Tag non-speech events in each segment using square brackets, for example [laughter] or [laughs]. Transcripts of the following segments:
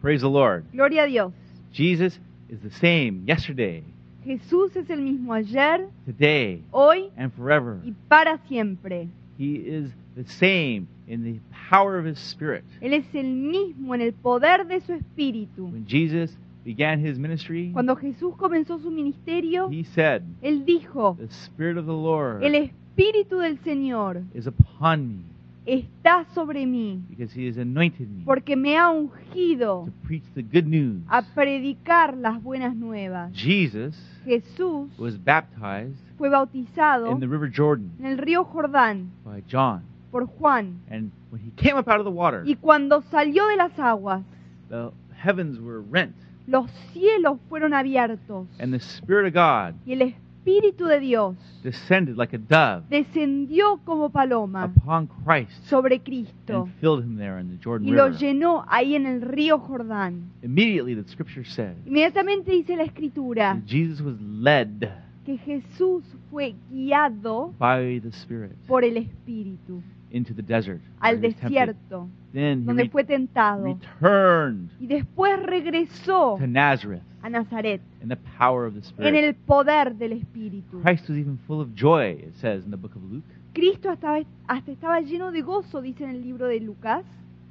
Praise the Lord. Gloria a Dios. Jesus is the same yesterday, Jesús es el mismo ayer, today, hoy and forever. y para siempre. He is the same in the power of His Spirit. Él es el mismo en el poder de su espíritu. When Jesus began His ministry, Cuando Jesús comenzó su ministerio, He said, Él dijo, The Spirit of the Lord el espíritu del Señor is upon me está sobre mí, because He has anointed me porque me ha ungido to preach the good news. a predicar las buenas nuevas. Jesus Jesús was baptized fue bautizado in the River Jordan en el río Jordán by John. por Juan, And when he came up out of the water, y cuando salió de las aguas, the heavens were rent, los cielos fueron abiertos, and the Spirit of God y el Espíritu de Dios descended like a dove descendió como paloma upon Christ sobre Cristo and filled him there in the Jordan y lo River. llenó ahí en el río Jordán. Immediately, the scripture says Inmediatamente dice la escritura that Jesus was led que Jesús fue guiado by the Spirit por el Espíritu into the desert. where al he was tempted. desierto Then he donde re- fue tentado returned y después regresó to Nazareth a Nazaret in the power of the en Spirit. el poder del Espíritu. Christ was even full of joy, it says in the book of Luke. Cristo hasta, hasta estaba lleno de gozo, dice en el libro de Lucas.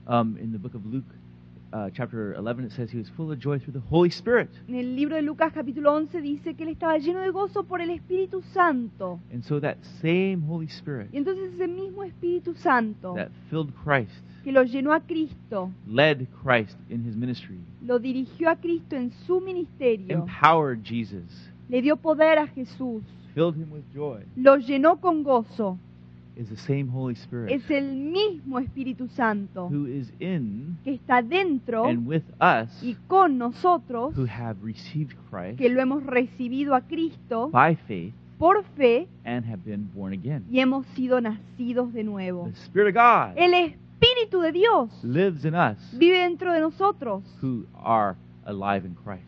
Um, in the book of Luke, uh, chapter 11, it says he was full of joy through the Holy Spirit. En el libro de Lucas capítulo 11 dice que él estaba lleno de gozo por el Espíritu Santo. And so that same Holy Spirit Y entonces ese mismo Espíritu Santo that filled Christ que lo llenó a Cristo, led Christ in his ministry, lo dirigió a Cristo en su ministerio, empowered Jesus, le dio poder a Jesús, filled him with joy, lo llenó con gozo. is the same Holy Spirit Es el mismo Espíritu Santo who is in que está dentro and with us y con nosotros, who have received Christ que lo hemos recibido a Cristo by faith por fe and have been born again. y hemos sido nacidos de nuevo. The Spirit of God El Espíritu de Dios lives in us vive dentro de nosotros, who are alive in Christ.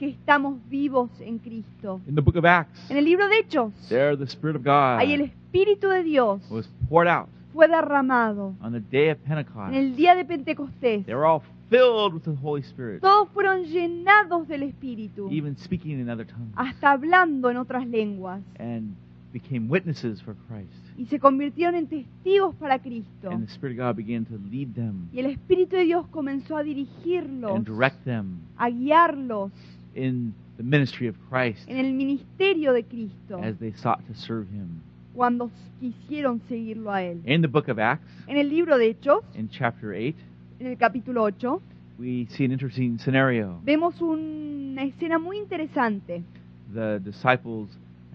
que estamos vivos en Cristo. In the book of Acts, En el libro de Hechos, there the Spirit of God ahí el Espíritu de Dios was poured out fue derramado on the day of en Pentecost. el día de Pentecostés. They were all filled with the Holy Spirit, Todos fueron llenados del Espíritu, even speaking in other tongues, hasta hablando en otras lenguas, and became witnesses for Christ. y se convirtieron en testigos para Cristo. And the Spirit of God began to lead them Y el Espíritu de Dios comenzó a dirigirlos, and direct them a guiarlos in the ministry of Christ en el ministerio de Cristo, as they sought to serve Him. cuando quisieron seguirlo a Él. In the book of Acts, En el libro de Hechos, in chapter 8, en el capítulo 8, we see an interesting scenario. vemos una escena muy interesante. The disciples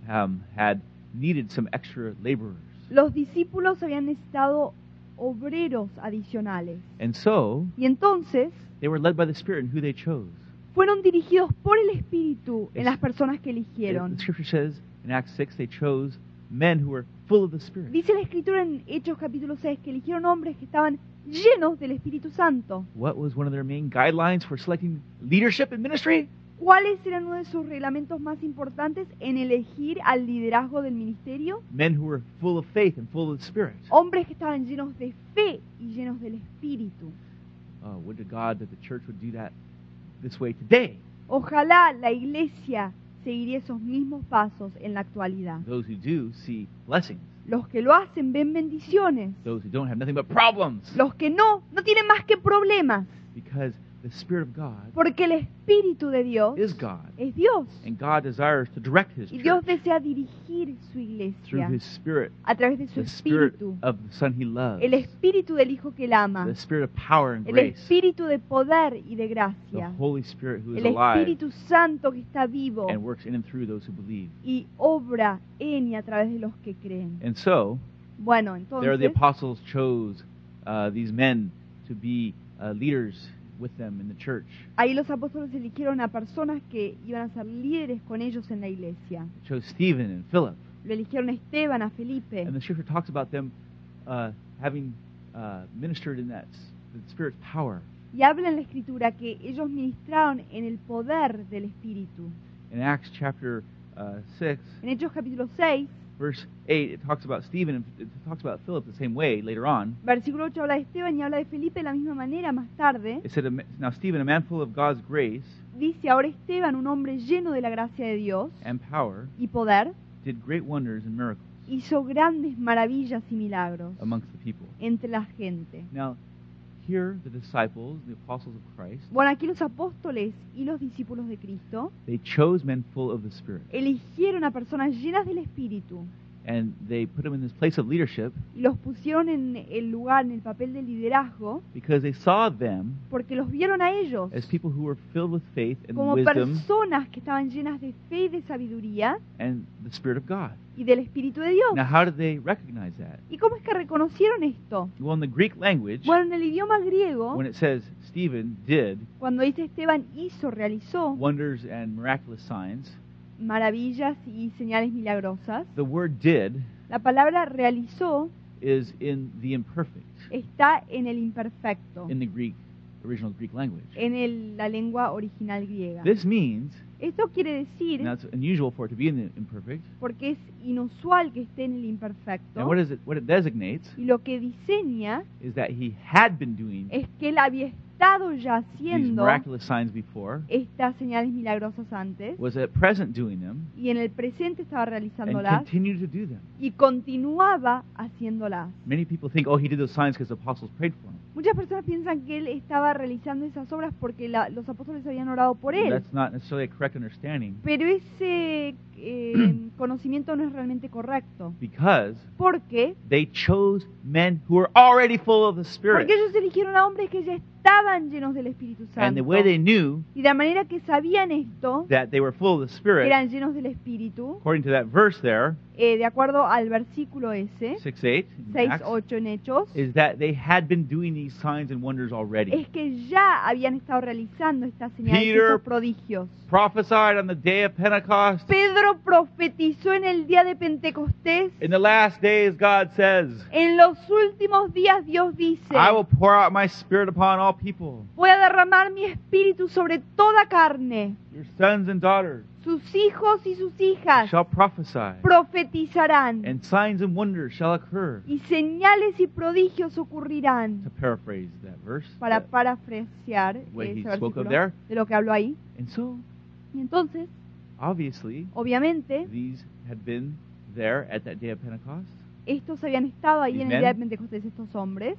um, had needed some extra laborers. Los discípulos habían necesitado obreros adicionales. And so Y entonces they were led by the Spirit in who they chose. fueron dirigidos por el Espíritu en Es- las personas que The eligieron. scripture says in Acts 6 they chose men who were full of the Spirit. Dice la Escritura en Hechos capítulo 6 que eligieron hombres que estaban llenos del Espíritu Santo. What was one of their main guidelines for selecting leadership in ministry? ¿Cuáles eran uno de sus reglamentos más importantes en elegir al liderazgo del ministerio? Men who were full of faith and full of the Spirit. Hombres que estaban llenos de fe y llenos del Espíritu. Oh, would to God that the church would do that this way today. Ojalá la iglesia seguiría esos mismos pasos en la actualidad. Those who do see blessings. Los que lo hacen ven bendiciones. Those who don't have nothing but problems. Los que no, no tienen más que problemas. Because the Spirit of God Porque el Espíritu de Dios is God. es Dios. And God desires to direct His Y Dios church desea dirigir su through iglesia His Spirit. a través de su The Spirit Espíritu. of the Son He loves. El Espíritu del Hijo que él ama. The Spirit of power and El grace. Espíritu de poder y The de gracia. Holy Spirit who is El alive Espíritu Santo que está vivo and works in and through those who believe. y obra en y a través de los que creen. And so, Bueno, There, the entonces apostles chose uh, these men to be uh, leaders with them in the church. ahí los apóstoles eligieron a personas que iban a ser líderes con ellos en la iglesia. They chose Stephen and Philip. Lo eligieron a Esteban, a Felipe. And the scripture talks about them uh, having uh, ministered in that s- the Spirit's power. Y habla en la escritura que ellos ministraron en el poder del Espíritu. In Acts chapter uh, 6, En Hechos capítulo 6 Verse 8, it talks about Stephen and it talks about Philip the same way later on. Versículo 8 habla de Esteban y habla de Felipe de la misma manera más tarde. It said, "A ma- Now Stephen, a man full of God's grace Dice ahora Esteban, un hombre lleno de la gracia de Dios and power, y poder, did great wonders and miracles hizo grandes maravillas y milagros amongst the people. entre la gente. Now, here the disciples, the apostles of Christ, Bueno, aquí los apóstoles y los discípulos de Cristo they chose men full of the Spirit eligieron a personas llenas del Espíritu and they put them in this place of leadership y los pusieron en el lugar, en el papel de liderazgo, because they saw them porque los vieron a ellos as people who were filled with faith and como wisdom personas que estaban llenas de fe y de sabiduría and the Spirit of God. y del Espíritu de Dios. Now, how did they recognize that? ¿Y cómo es que reconocieron esto? Well, in the Greek language, Bueno, en el idioma griego, when it says Stephen did cuando dice Esteban hizo, realizó wonders and miraculous signs, maravillas y señales milagrosas, the word did la palabra realizó is in the imperfect está en el imperfecto, in the Greek original Greek language. en el- la lengua original griega. This means, Esto quiere decir, now it's unusual for it to be in the imperfect. porque es inusual que esté en el imperfecto, And what is it? What it designates y lo que diseña is that he had been doing es que él había estado ya these haciendo miraculous signs before, estas señales milagrosas antes was at present doing them, y en el presente estaba and realizándolas continued to do them. y continuaba haciéndolas. Many people think, oh, he did those signs because the apostles prayed for him. Muchas personas piensan que él estaba realizando esas obras porque la- los apóstoles habían orado por él, That's not necessarily a correct understanding pero ese [clears throat] eh, conocimiento no es realmente correcto. because ¿Por qué? they chose men who were already full of the Spirit. Porque ellos eligieron a hombres que ya estaban llenos del Espíritu And Santo. the way they knew Y de la manera que sabían esto, that they were full of the que Spirit, eran llenos del Espíritu, according to that verse there, eh, de acuerdo al versículo ese, 6 8, 6, 8 en Hechos, is that they had been doing these signs and wonders already. es que ya habían estado realizando estas señales y Peter- estos prodigios. Prophesied on the day of Pentecost. Pedro profetizó en el día de Pentecostés. In the last days, God says, En los últimos días Dios dice, I will pour out my spirit upon all people, voy a derramar mi espíritu sobre toda carne. your sons and daughters Sus hijos y sus hijas shall prophesy, profetizarán and signs and wonders shall occur. y señales y prodigios ocurrirán. To paraphrase that verse. Para parafrasear What he ese spoke versículo of there. de lo que habló ahí. And so, Y entonces, obviously, obviamente, these had been there at that day of Pentecost, estos habían estado ahí en el Amen. día de Pentecostés, estos hombres.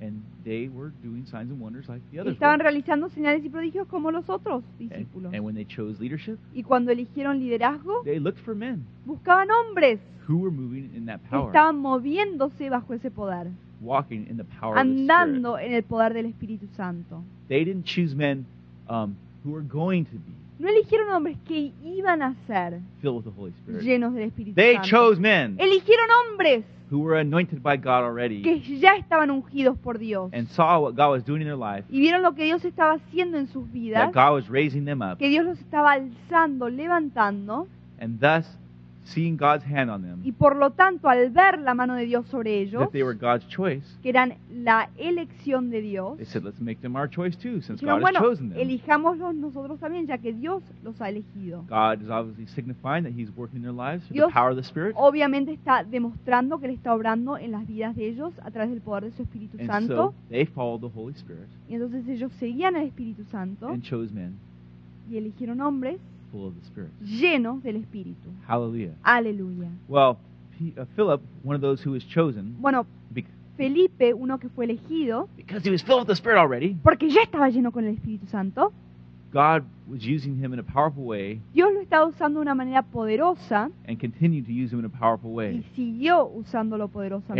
and they were doing signs and wonders like the others. Estaban were. realizando señales y prodigios como los otros And, discípulos. and when they chose leadership, Y cuando eligieron liderazgo, they looked for men buscaban hombres who were moving in that que power, estaban moviéndose bajo ese poder, walking in the power of the Spirit. andando en el poder del Espíritu Santo. They didn't choose men um, who were going to be No eligieron hombres que iban a ser filled with the Holy Spirit. llenos del Espíritu They Santo. chose men Eligieron hombres who were anointed by God que already ya estaban ungidos por Dios and saw what God was doing in their life, y vieron lo que Dios estaba haciendo en sus that vidas, God was raising them up, que Dios los estaba alzando, levantando, and thus seeing God's hand on y them, por lo tanto al ver la mano de Dios sobre ellos, that they were God's choice. que eran la elección de Dios, They said, let's make them our choice too, since God Dijeron, has bueno, chosen them. elijámoslos nosotros también, ya que Dios los ha elegido. God is obviously signifying that He's working in their lives through the Dios- power of the Spirit. Obviamente está demostrando que Él está obrando en las vidas de ellos a través del poder de su Espíritu And Santo. so they followed the Holy Spirit Y entonces ellos seguían al Espíritu Santo and chose men y eligieron hombres full of the Spirit. llenos del Espíritu. Hallelujah. Aleluya. Well, P- uh, Philip, one of those who was chosen, Bueno, bec- Felipe, uno que fue elegido, because he was filled with the Spirit already, porque ya estaba lleno con el Espíritu Santo, God was using him in a powerful way Dios lo estaba usando de una manera poderosa and continued to use him in a powerful y way. siguió usándolo In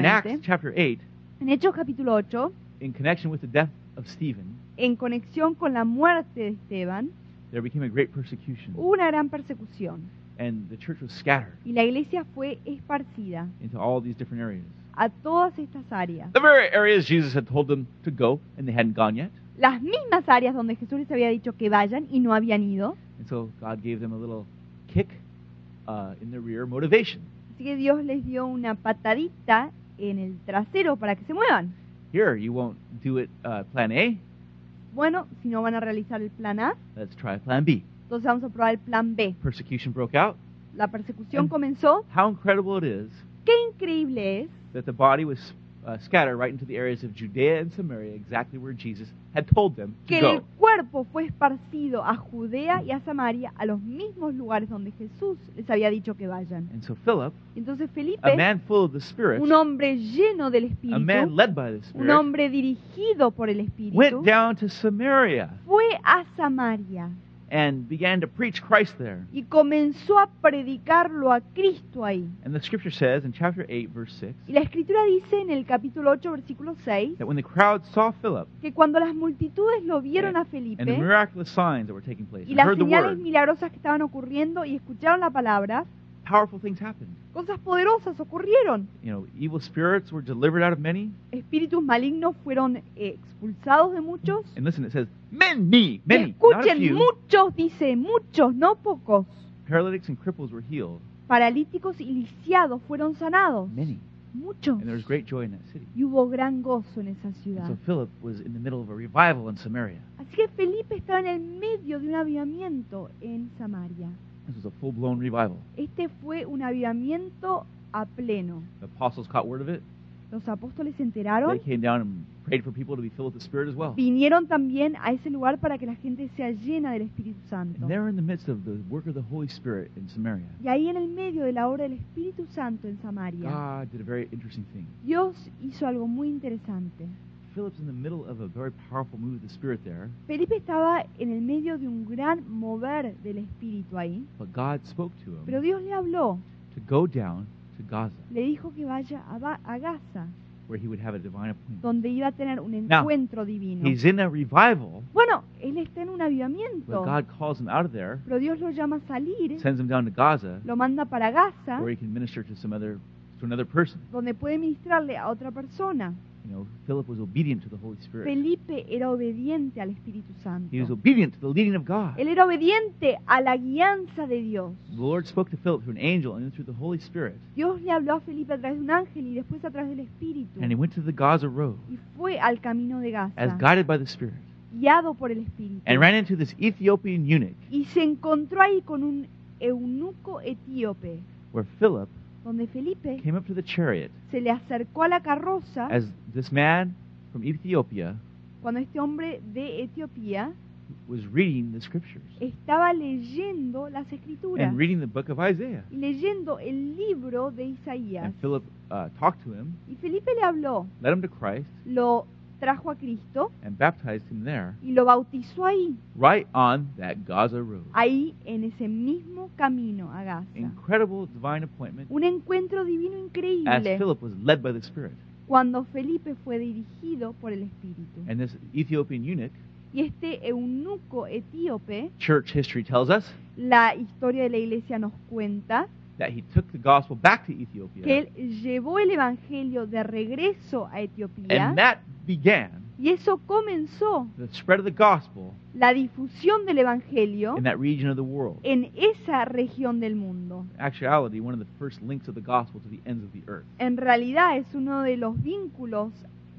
Acts poderosamente. chapter 8, En Hechos capítulo 8, in connection with the death of Stephen, en conexión con la muerte de Esteban, there became a great persecution, hubo una gran persecución and the church was scattered y la iglesia fue esparcida into all these different areas. a todas estas áreas. The very areas Jesus had told them to go, and they hadn't gone yet. Las mismas áreas donde Jesús les había dicho que vayan y no habían ido. And so God gave them a little kick uh, in the rear motivation. Así que Dios les dio una patadita en el trasero para que se muevan. Here, you won't do it uh, plan A, Bueno, si no van a realizar el plan A, let's try plan B. entonces vamos a probar el plan B. Persecution broke out, la persecución And- comenzó, How incredible it is qué increíble es that the body was uh, scattered right into the areas of Judea and Samaria, exactly where Jesus had told them to que go. el cuerpo fue esparcido a Judea y a Samaria, a los mismos lugares donde Jesús les había dicho que vayan. And so Philip, Y Entonces a Felipe, man full of the Spirit, un hombre lleno del a man Espíritu, led by the un Spirit, hombre dirigido por el Espíritu, went down to Samaria fue a Samaria and began to preach Christ there. y comenzó a predicarlo a Cristo ahí. And the scripture says in chapter 8, verse 6, Y la escritura dice en el capítulo 8, versículo 6, that when the crowd saw Philip que cuando las multitudes lo vieron a Eh, and the Felipe miraculous signs that were taking place, y and las heard the señales word, milagrosas que estaban ocurriendo y escucharon la palabra, powerful things happened. cosas poderosas ocurrieron. You know, evil spirits were delivered out of many. Espíritus malignos fueron eh, expulsados de muchos. And listen, it says, many, many, not a Escuchen, few, muchos, dice, muchos, no pocos. paralytics and cripples were healed. Paralíticos y lisiados fueron sanados. Many. Muchos. And there was great joy in that city. Y hubo gran gozo en esa And ciudad. so Philip was in the middle of a revival in Samaria. Así que Felipe estaba en el medio de un avivamiento en Samaria. This was a full blown revival. Este fue un avivamiento a pleno. The apostles caught word of it. Los apóstoles They se enteraron, came down and prayed for people to be filled with the Spirit as well. vinieron también a ese lugar para que la gente sea llena del Espíritu Santo. And they're in the midst of the work of the Holy Spirit in Samaria. Y ahí en el medio de la obra del Espíritu Santo en Samaria, God did a very interesting thing. Dios hizo algo muy interesante. Philip's in the middle of a very powerful move of the Spirit there, Felipe estaba en el medio de un gran mover del Espíritu ahí, but God spoke to him pero Dios le habló, to go down to Gaza, le dijo que vaya a, Ba- a Gaza, where he would have a divine appointment. donde iba a tener un Now, encuentro divino. He's in a revival, Bueno, él está en un but avivamiento, God calls him out of there, pero Dios lo llama a salir, sends him down to Gaza, lo manda para Gaza, where he can minister to some other to another person. donde puede ministrarle a otra persona. You know, Philip was obedient to the Holy Spirit. Felipe era obediente al Espíritu Santo. He was obedient to the leading of God. Él era obediente a la guianza de Dios. The Lord spoke to Philip through an angel and then through the Holy Spirit, Dios le habló a Felipe a través de un ángel y después a través del Espíritu. and he went to the Gaza road Y fue al camino de as Gaza, guided by the Spirit, guiado por el Espíritu. and ran into this Ethiopian eunuch, Y se encontró ahí con un eunuco etíope, where Philip donde Felipe came up to the chariot se le acercó a la carroza as this man from Ethiopia cuando este hombre de Etiopía was reading the scriptures estaba leyendo las escrituras and reading the book of Isaiah. y leyendo el libro de Isaías. And Philip uh, talked to him, Y Felipe le habló, led him to Christ, lo trajo a Cristo and baptized him there, y lo bautizó ahí, right on that Gaza road. ahí en ese mismo camino a Gaza. Incredible divine appointment Un encuentro divino as increíble Philip was led by the Spirit. cuando Felipe fue dirigido por el Espíritu. And this Ethiopian eunuch, Y este eunuco etíope, church history tells us la historia de la iglesia nos cuenta that he took the gospel back to que Ethiopia, él llevó el Evangelio de regreso a Etiopía and that began y eso comenzó the spread of the gospel la difusión del Evangelio in that region of the world. en esa región del mundo. In actuality, one of the first links of the gospel to the ends of the earth. En realidad es uno de los vínculos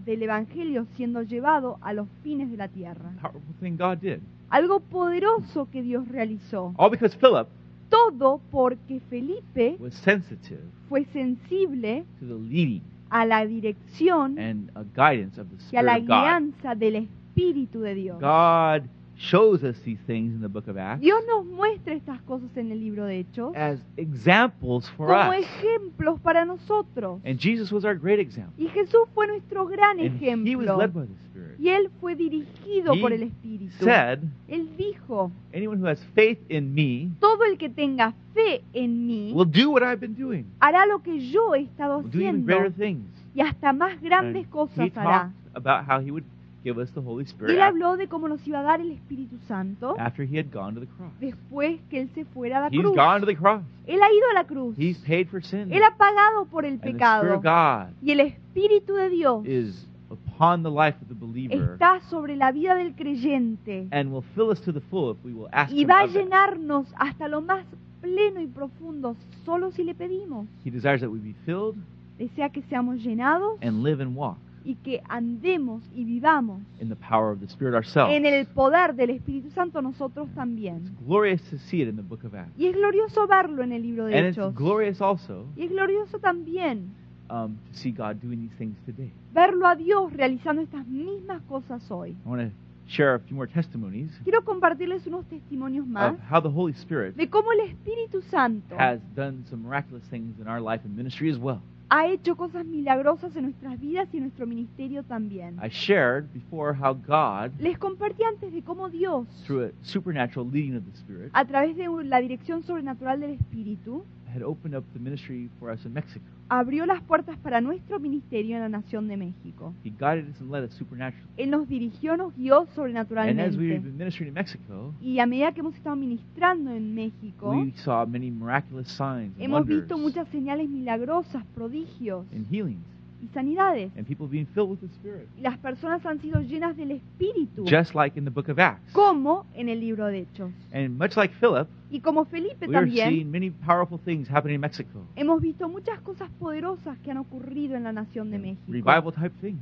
del Evangelio siendo llevado a los fines de la tierra. Powerful thing God did. Algo poderoso que Dios realizó. All because Philip Todo porque Felipe was sensitive fue sensible to the leading a la dirección and uh, guidance of the y a la Spirit of God. guianza del Espíritu de Dios. God shows us these things in the book of Acts Dios nos muestra estas cosas en el libro de Hechos as examples for como us. ejemplos para nosotros. And Jesus was our great example. Y Jesús fue nuestro gran And he was ejemplo. led by the Spirit. Y él fue dirigido He por el Espíritu. Said, Él dijo, anyone who has faith in me todo el que tenga fe en mí will do what I've been doing. hará lo que yo he estado Will do even greater haciendo things. y hasta más grandes And he cosas hará. talked about how he would give us the Holy Y Spirit él af- habló de cómo nos iba a dar el Espíritu Santo after he had gone to the cross. después que él se fuera a la He's cruz. gone to the cross. Él ha ido a la cruz. He's paid for sin. Él ha pagado por el and the Spirit pecado. of God Y el Espíritu de Dios is upon the life of the believer está sobre la vida del creyente and will fill us to the full if we will ask y him va a of it. llenarnos hasta lo más pleno y profundo solo si le pedimos. He desires that we be filled Desea que seamos llenados and live and walk y que andemos y vivamos in the power of the Spirit ourselves. en el poder del Espíritu Santo nosotros también. It's glorious to see it in the book of Acts. Y es glorioso verlo en el libro de And it's Hechos. glorious also Y es glorioso también um, to see God doing these things today. verlo a Dios realizando estas mismas cosas hoy. I want to share a few more testimonies Quiero compartirles unos testimonios más of how the Holy Spirit de cómo el Espíritu Santo has done some miraculous things in our life and ministry as well. ha hecho cosas milagrosas en nuestras vidas y en nuestro ministerio también. I shared before how God, Les compartí antes de cómo Dios, through a supernatural leading of the Spirit, a través de la dirección sobrenatural del Espíritu, had opened up the ministry for us in Mexico. abrió las puertas para nuestro ministerio en la Nación de México. He guided us and led us supernaturally. Él nos dirigió, nos guió And as we've sobrenaturalmente. been ministering in Mexico, Y a medida que hemos estado ministrando en México, we saw many miraculous signs and hemos wonders visto muchas señales milagrosas, prodigios and healings y sanidades. and people being filled with the Spirit, Y las personas han sido llenas del Espíritu, just like in the book of Acts. como en el libro de Hechos. And much like Philip, Y como Felipe we are también, seeing many powerful things happening in Mexico. hemos visto muchas cosas poderosas que han ocurrido en la Nación de México. Revival type things.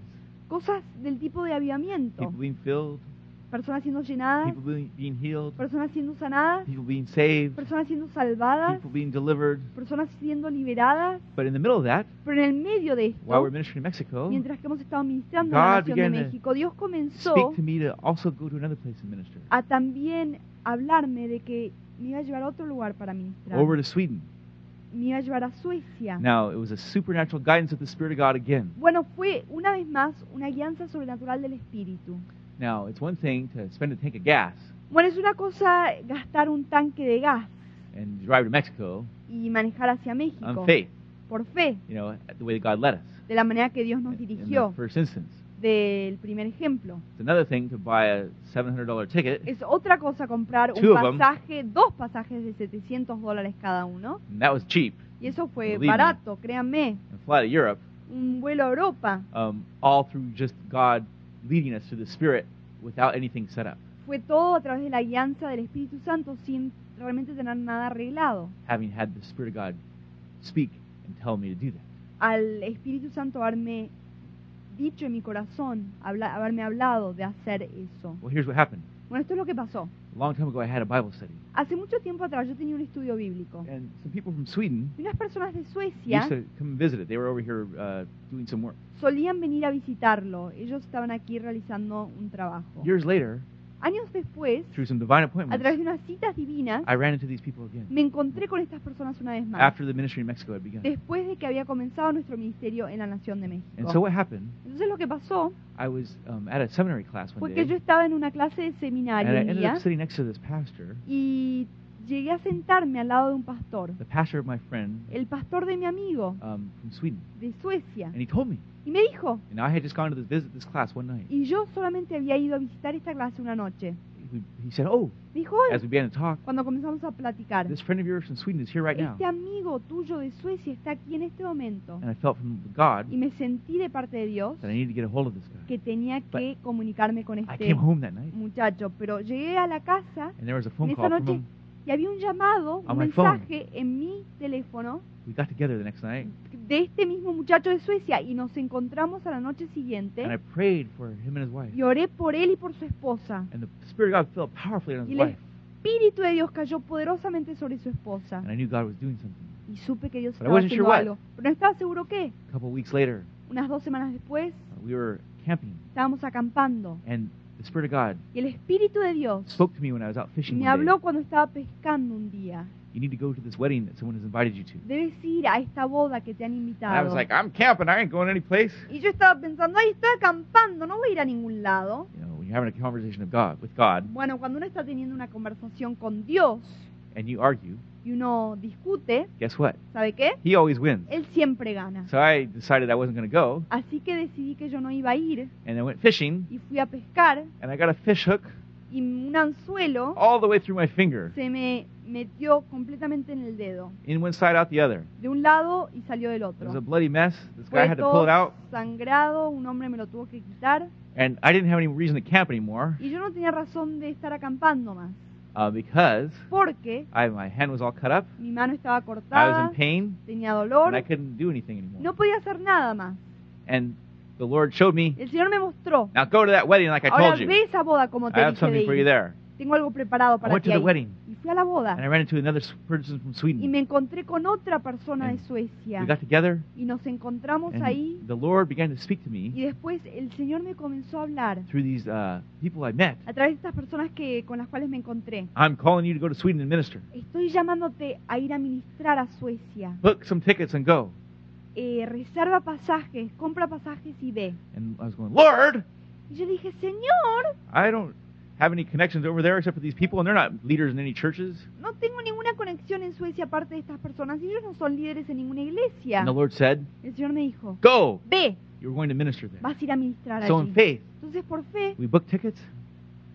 Cosas del tipo de People avivamiento. being filled, Personas siendo llenadas, people being, being healed, personas siendo sanadas, people being saved, personas siendo salvadas, people being delivered. personas siendo liberadas. But in the middle of that, Pero en el medio de while we're esto, ministering in Mexico, mientras que hemos estado ministrando en la God Nación de began to México, Dios comenzó speak to me to also go to another place and minister. a también hablarme de que me iba a llevar a otro lugar para ministrar. Over to Sweden. Me iba a llevar a Suecia. Now, it was a supernatural guidance of the Spirit of God again. Bueno, fue una vez más una guianza sobrenatural del Espíritu. Now, it's one thing to spend a tank of gas Bueno, es una cosa gastar un tanque de gas and drive to Mexico y manejar hacia México on faith, por fe, you know, the way that God led us de la manera que Dios nos in the dirigió, first instance. del primer ejemplo. It's another thing to buy a $700 ticket, Es otra cosa comprar un Two of 'em. pasaje, dos pasajes de 700 dólares cada uno, and that was cheap, y eso fue Believe me. barato, créanme, and fly to Europe, un vuelo a Europa. um, all through just God leading us through the Spirit without anything set up, Fue todo a través de la guianza del Espíritu Santo sin realmente tener nada arreglado. having had the Spirit of God speak and tell me to do that. al Espíritu Santo haberme dicho en mi corazón, habla- haberme hablado de hacer eso. Well, here's what happened. Bueno, esto es lo que pasó. A long time ago, I had a Bible study, Hace mucho tiempo atrás yo tenía un estudio bíblico. and some people from Sweden Y unas personas de used Suecia to come and visit it. They were over here uh, doing some work. solían venir a visitarlo. Ellos estaban aquí realizando un trabajo. Years later, Años después, through some divine a appointments, través de unas citas divinas, I ran into these people again me encontré con estas personas una vez más, after the ministry in Mexico had begun. después de que había comenzado nuestro ministerio en la Nación de And so México. what happened? Entonces lo que pasó I was um, at a seminary class one fue que yo day, estaba en una clase de and seminario I un ended día, up sitting next to this pastor, y llegué a sentarme al lado de un pastor, the pastor of my friend el pastor de mi amigo um, from Sweden, de Suecia, and he told me. y me dijo, And I had just gone to this visit this class one night. y yo solamente había ido a visitar esta clase una noche. He, he said, "Oh," Me dijo, "Oye", as we began to talk, cuando comenzamos a platicar, this friend of yours from Sweden is here right now, este amigo tuyo de Suecia está aquí en este momento, and I felt from God y me sentí de parte de Dios that I needed to get a hold of this guy. que tenía que comunicarme con I este came home that night, muchacho, pero llegué a la casa and there was a phone En esa call from Mm. noche- him. y había un llamado, un On my phone. mensaje en mi teléfono We got together the next night, de este mismo muchacho de Suecia y nos encontramos a la noche siguiente. and I prayed for him and his wife. y oré por él y por su esposa. And the Spirit of God fell powerfully on Y his el wife. Espíritu de Dios cayó poderosamente sobre su esposa. And I knew God was doing something. Y supe que Dios But I estaba wasn't haciendo sure what. algo. Pero no estaba seguro qué. A couple weeks later, Unas dos semanas después uh, we were camping, estábamos acampando. and the Spirit of God Y el Espíritu de Dios spoke to me when I was out fishing. One me day. habló cuando estaba pescando un día. You need to go to this wedding that someone has invited you to. Debes ir a esta boda que te han And I invitado. was like, I'm camping. I ain't going anyplace. Y yo estaba pensando, ay, estoy acampando, no voy a ir a ningún lado. You know, when you're having a conversation of God with God, Bueno, cuando uno está teniendo una conversación con Dios and you argue, y uno discute, guess what? ¿sabe qué? He always wins. Él siempre gana. So I decided I wasn't going to go, Así que decidí que yo no iba a ir and I went fishing, y fui a pescar and I got a fish hook y un anzuelo all the way through my finger, se me metió completamente en el dedo, in one side, out the other. de un lado y salió del It was a otro. bloody mess. This guy Fue had to pull it todo out, sangrado, un hombre me lo tuvo que quitar and I didn't have any reason to camp anymore y yo no tenía razón de estar acampando más, uh, because porque I, my hand was all cut up. mi mano estaba I was cortada, in pain, tenía and I dolor, couldn't do anything anymore. no podía hacer nada más. And The Lord showed me. El Señor me mostró. Now go to that wedding like I Ahora told ve you. esa boda como I te have dije de something for you ir. there. Tengo algo preparado I para went ti to the ahí. wedding. Y fui a la boda. And I ran into another s- person from Y Sweden. me encontré con otra persona de And Suecia. We got together. Y nos encontramos ahí. And the Lord began to speak to Y me después el Señor me comenzó a hablar through these uh, people I met. a través de estas personas que, con las cuales me encontré. I'm calling you to go to Sweden and minister. Estoy llamándote a ir a ministrar a Suecia. Book some tickets and go. Eh, reserva pasajes, compra pasajes y ve. And I was going, Lord, Y yo le dije, Señor, I don't have any connections over there except for these people, and they're not leaders in any churches. no tengo ninguna conexión en Suecia aparte de estas personas. Ellos no son líderes en ninguna iglesia. And the Lord said, El Señor me dijo, Go. ve, You're going to minister there. vas a ir a ministrar So in allí. faith, Entonces, por fe, we booked tickets,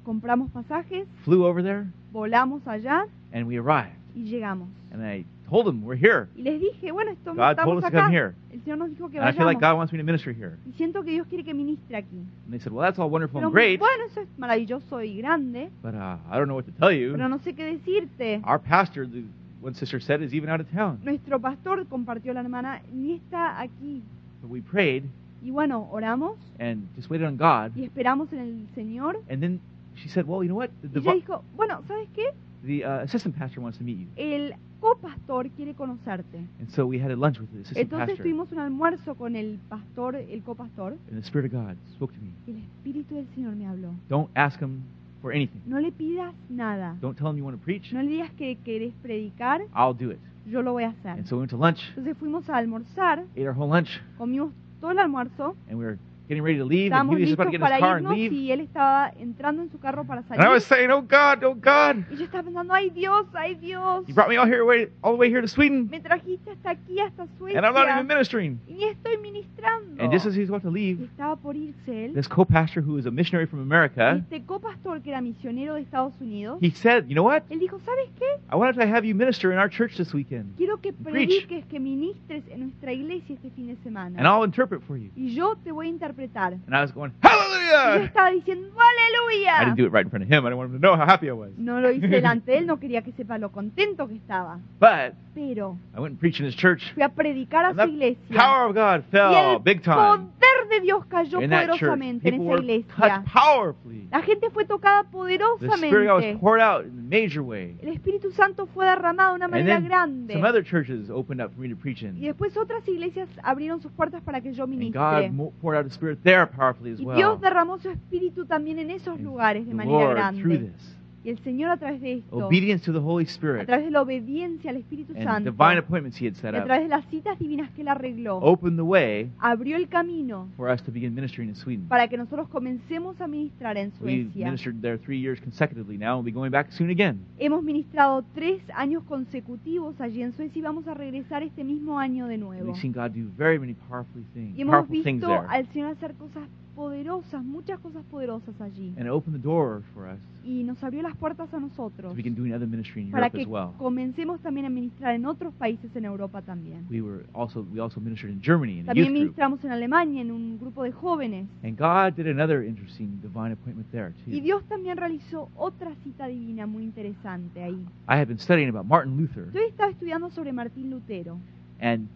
compramos pasajes, flew over there, volamos allá and we arrived. y llegamos. And I told them, We're here. Y les dije, bueno, esto God told estamos us to come acá. here. El Señor nos dijo que And I feel like vayamos. God wants me to minister here. Y siento que Dios quiere que ministre aquí. And they said, Well, that's all wonderful Pero and great, bueno, eso es maravilloso y grande, but uh, I don't know what to tell pero you. no sé qué decirte. Our pastor, the one sister said, is even out of town. Nuestro pastor compartió la hermana, ni está aquí. But we prayed Y bueno, oramos and just waited on God. y esperamos en el Señor. And then she said, Well, you know what? The, Y divi- ella dijo, bueno, ¿sabes qué? the uh, assistant pastor wants to meet you. El copastor quiere conocerte. And so we had a lunch with the assistant Entonces pastor. tuvimos un almuerzo con el pastor, el copastor. And the Spirit of God spoke to me. y El Espíritu del Señor me habló. Don't ask him for anything. No le pidas nada. Don't tell him you want to preach. No le digas que querés predicar, I'll do it. yo lo voy a hacer. And so we went to lunch, Entonces fuimos a almorzar, ate our whole lunch, comimos todo el almuerzo, and we were getting ready to leave. And he estábamos was just about to listos get in para his car and irnos leave. y él estaba entrando en su carro para And I was salir. saying, Oh God, oh God, Y yo estaba pensando, ay Dios, ay Dios, you brought me all here, way- all the way here to Sweden, me trajiste hasta aquí, hasta and I'm not even Suecia, ministering. y ni estoy ministrando. And just as he's about to Y leave, estaba por irse él, this co-pastor who is a missionary from America, este copastor que era misionero de Estados Unidos, he said, You know what? él dijo, ¿sabes qué? I wanted to have you minister in our church this weekend, Quiero que Preach. prediques, que ministres en nuestra iglesia este fin de and semana. I'll interpret for you. Y yo te voy a interpretar. And I was going, Y yo Hallelujah! estaba I diciendo, didn't aleluya. do it right in front of him. I didn't want him to know how happy I was. No lo hice delante de él, no quería que sepa lo contento que estaba. [laughs] But Pero I went and preached in his church. fui a predicar a And su the iglesia. power of God Y fell el big time poder de Dios cayó in that church. poderosamente en People esa were touched iglesia. powerfully. La gente fue tocada The Spirit of God was poderosamente. poured out in a major way. El Espíritu Santo fue derramado de una And manera then some grande. other churches opened up for me to preach Y in. después otras iglesias abrieron sus puertas para que yo And God ministre. mo- poured out His Spirit there powerfully as Y Dios well. derramó su espíritu también en esos And lugares de the manera Lord, through grande. this, Y el Señor a través de esto, obedience to the Holy a Spirit través de la obediencia al Espíritu and Santo, divine appointments He had set y a up, través de las citas divinas que él arregló, opened the way abrió el camino for us to begin ministering in Sweden. para que nosotros comencemos a ministrar en We've Suecia. ministered there three years consecutively now. We'll be going back soon again. Hemos ministrado tres años consecutivos allí en Suecia y vamos a regresar este mismo año de And nuevo. we've seen God do very many powerfully Y things, hemos powerful things visto there. al Señor hacer cosas poderosas, muchas cosas poderosas allí. And it opened the door for us Y nos abrió las puertas a to nosotros begin doing other ministry in para Europe que as well. comencemos también a ministrar en otros países en Europa también. We were also we also ministered in Germany in a También youth group. ministramos en Alemania en un grupo de jóvenes. And God did another interesting divine appointment there Y too. Dios también realizó otra cita divina muy interesante ahí. I had been studying about Martin Luther Yo estaba estudiando sobre Martín Lutero. and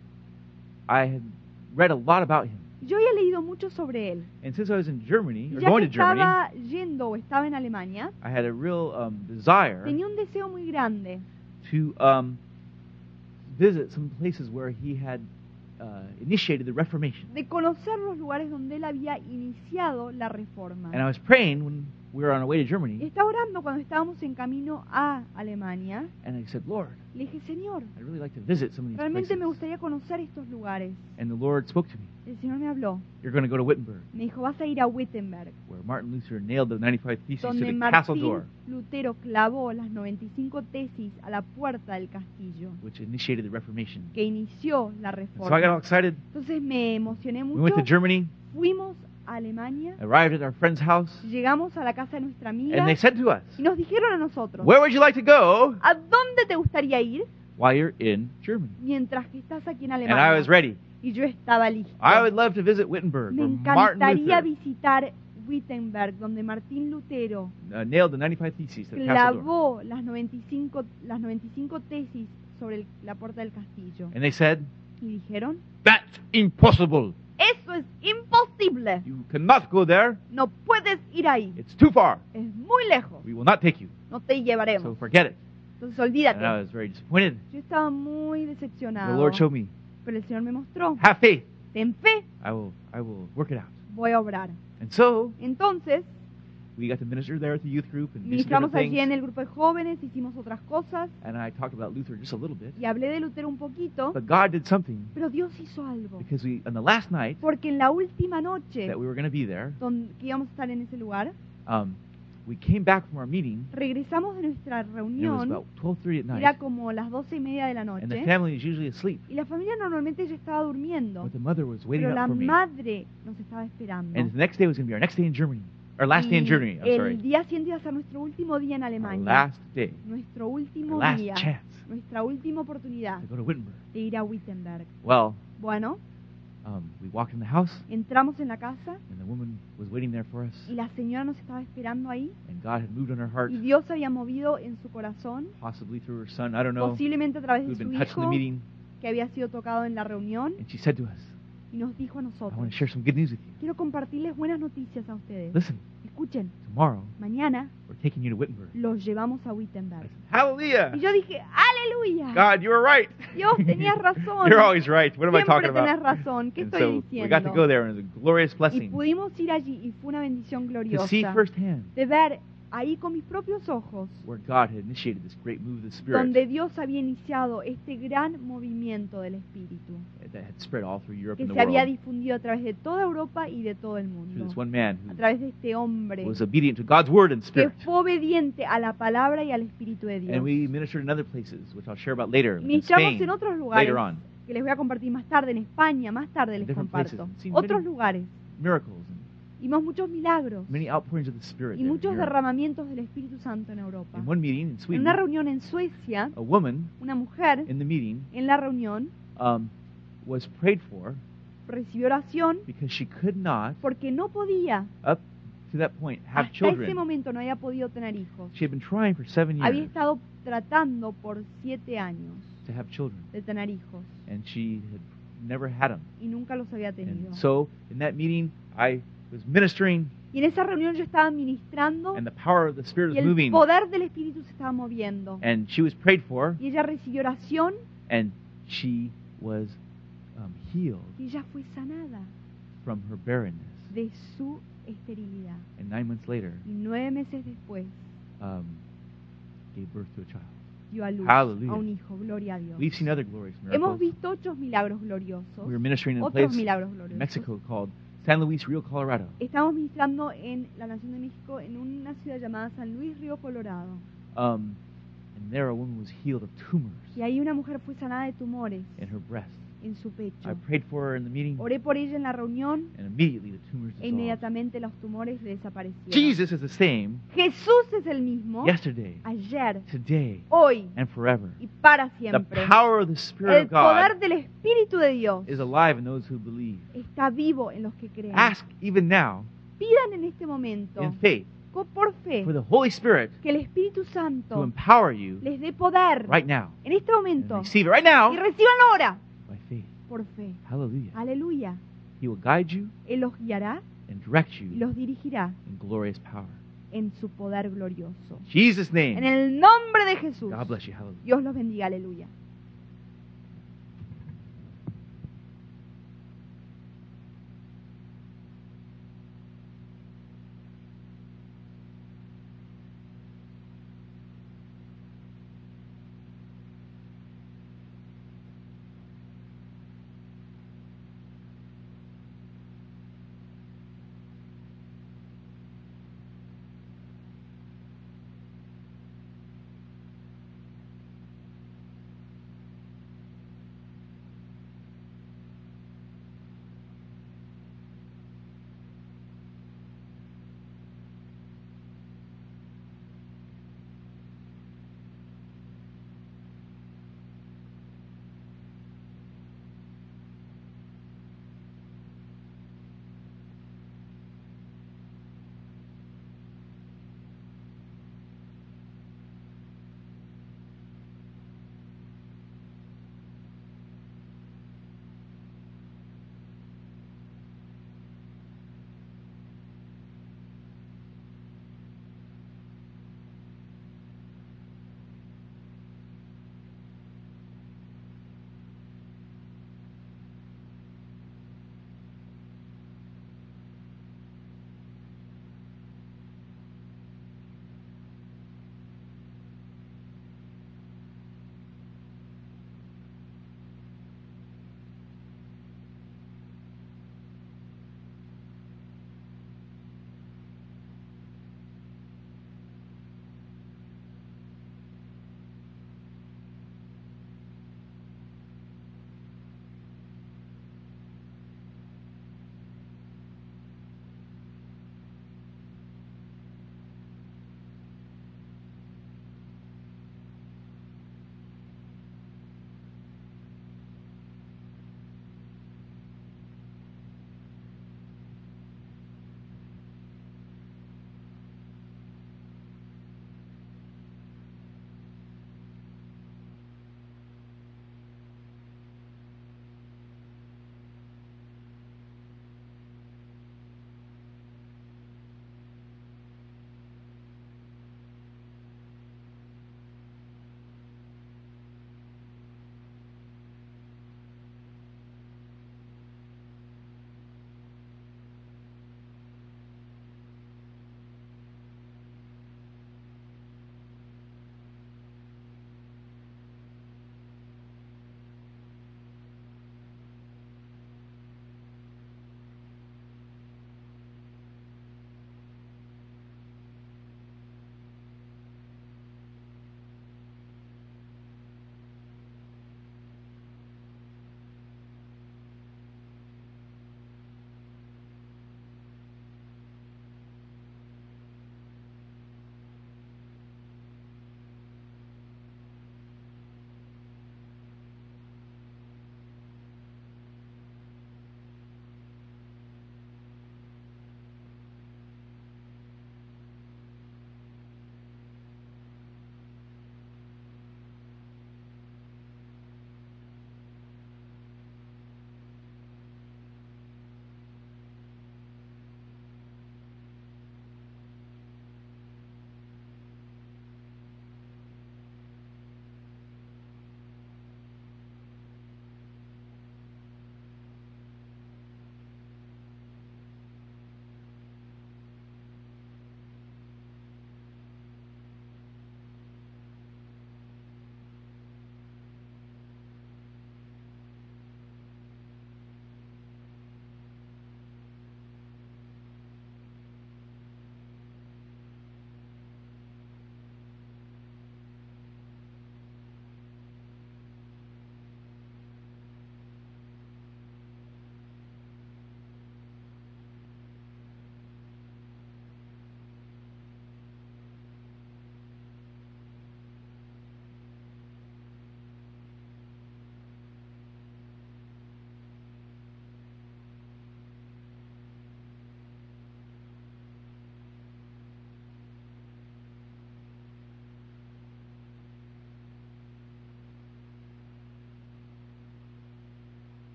I had read a lot about him. Yo había leído mucho sobre él. And since I was in Germany, Y or Ya going que to Germany, estaba yendo o estaba en Alemania, I had a real um, desire tenía un deseo muy grande to um, visit some places where he had uh, initiated the Reformation. de conocer los lugares donde él había iniciado la reforma. And I was praying when we were on our way to Y Germany, estaba orando cuando estábamos en camino a Alemania. and I said, Lord, Le dije, Señor, I'd really like to visit some of these realmente me places. gustaría conocer estos lugares. And the Lord spoke to me. El Señor me habló. You're going to go to Wittenberg, Me dijo, vas a ir a Wittenberg, where Martin Luther nailed the 95 Theses to donde the castle Martín door, Lutero clavó las 95 tesis a la puerta del castillo, which initiated the Reformation. que inició la And so I got all reforma. excited. Entonces me emocioné We went mucho. to Germany, Fuimos a Alemania, arrived at our friend's house, llegamos a la casa de nuestra amiga and they said to us, y nos dijeron a nosotros, Where would you like to go ¿a dónde te gustaría ir while you're in Germany? mientras que estás aquí en And I was Alemania? ready. Y yo estaba listo. I would love to visit Wittenberg, Me where Martin Luther encantaría uh, visitar Wittenberg, donde Martín Lutero uh, nailed the 95 Theses to the castle door. clavó las 95, las 95 tesis sobre el- la puerta Eh. del castillo. And they said, Y dijeron, That's impossible. eso es imposible. You cannot go there. No puedes ir ahí. It's too far. Es muy lejos. We will not take you. No te So llevaremos. forget it. Entonces And I olvídate. was very disappointed. Yo estaba muy The decepcionado. Lord showed me. Pero el Señor me mostró. Have faith. Ten fe, I will. I will work it out. voy a obrar. And so Entonces, we got to minister there at the youth group and do some different ministramos allí en things. el grupo de jóvenes, hicimos otras cosas And I talked about Luther just a little bit. y hablé de Lutero un poquito, But God did something pero Dios hizo algo. because we on the last night Porque en la última noche that we were going to be there, donde que íbamos a estar en ese lugar, um, we came back from our meeting. regresamos de nuestra and It was reunión, about 12:30 at night, era como las doce y media de la and the noche, family is usually asleep. y la familia normalmente ya estaba durmiendo, But the mother was waiting pero up la for me. madre nos estaba esperando. And the next day was going to be our next day in Germany, our last day in Y Germany. I'm el sorry, día siguiente iba a ser nuestro último día en our Alemania, last day, nuestro our último last día, chance nuestra última oportunidad to go to Wittenberg. de ir a Wittenberg. Well, Bueno, um, we walked in the house, entramos en la casa and the woman was waiting there for us. y la señora nos estaba esperando ahí And God had moved on her heart, y Dios había movido en su corazón, possibly through her son. I don't know. posiblemente a través Who de had su been touched in the hijo meeting? que había sido tocado en la reunión And she said to us, y nos dijo a "I want nosotros, to share some good news with you. quiero compartirles buenas noticias a ustedes. Listen, Escuchen, tomorrow mañana we're taking you to Wittenberg." los llevamos a I Wittenberg. said, Hallelujah! Y yo dije, aleluya, God, you were right. Dios [laughs] tenías Ah. razón. You're always right. What am I talking Siempre about? tenés razón, ¿qué And estoy so we got to go diciendo? there, and it was a glorious Y blessing pudimos ir allí y fue una bendición to see gloriosa firsthand de ver ahí con mis propios ojos where God had initiated this great move of the Spirit donde Dios había iniciado este gran movimiento del Espíritu, that had spread all through Europe que and the se había world difundido a través de toda Europa y de todo el through this mundo, one man a who través de este hombre was obedient to God's word and que spirit. fue obediente a la palabra y al Espíritu de And Dios. we ministered in other places, which I'll share about later, like in Ministramos en Spain, otros lugares, later on. que les voy a compartir más tarde, en España, más tarde In les different comparto, places. Seen otros many- lugares, Miracles and vimos muchos milagros many outpourings of the Spirit. y there in muchos Europe. derramamientos del Espíritu Santo en Europa. In one meeting in En Sweden, Oh. una reunión en Suecia, a woman una mujer in the meeting en la reunión um, was prayed for recibió oración because she could not, porque no podía to that point, have Hasta Ah, ese children. momento no había podido tener hijos. She had been trying for seven Había years estado tratando por siete años to have children, de tener hijos and she had never had them. y nunca los había tenido. And so, in that meeting, I was ministering, Y en esa reunión yo estaba ministrando and the power of the Spirit y was el moving. poder del Espíritu se estaba moviendo. And she was prayed for, Y ella recibió oración and she was um, healed y ella fue sanada from her barrenness. de su esterilidad. And nine months later, Y nueve meses después um, gave birth to a child. dio a luz Hallelujah. a un hijo. Gloria a Dios. We've seen other glorious miracles. Hemos visto ocho milagros gloriosos. We were ministering in a Otros place milagros in gloriosos. Mexico called San Luis Rio, Colorado. Estamos ministrando en la Nación de México en una ciudad llamada San Luis Río Colorado. Um, and there, a woman was healed of Y tumors ahí una mujer fue sanada de tumores in her breast. en su I pecho. prayed for her in the meeting, Oré por ella en la reunión and immediately the tumors e dissolved. inmediatamente los tumores le desaparecieron. Jesus is the same Jesús es el mismo yesterday, ayer, today, hoy and forever. Oh. y para The siempre. power of the Spirit El of God poder del Espíritu de Dios is alive in those who believe. está vivo en los que creen. Ask even now Pidan en este momento, in faith co- por fe, for the Holy Spirit que el Espíritu to Santo empower you les dé poder right now. en este And momento receive it right y now reciban ahora by faith. por fe. Hallelujah. Aleluya. He will guide you Él los guiará and direct y you los dirigirá in glorious power. en su poder glorioso. In Jesus' En name. el nombre de Jesús. God bless you. Hallelujah. Dios los bendiga. Aleluya.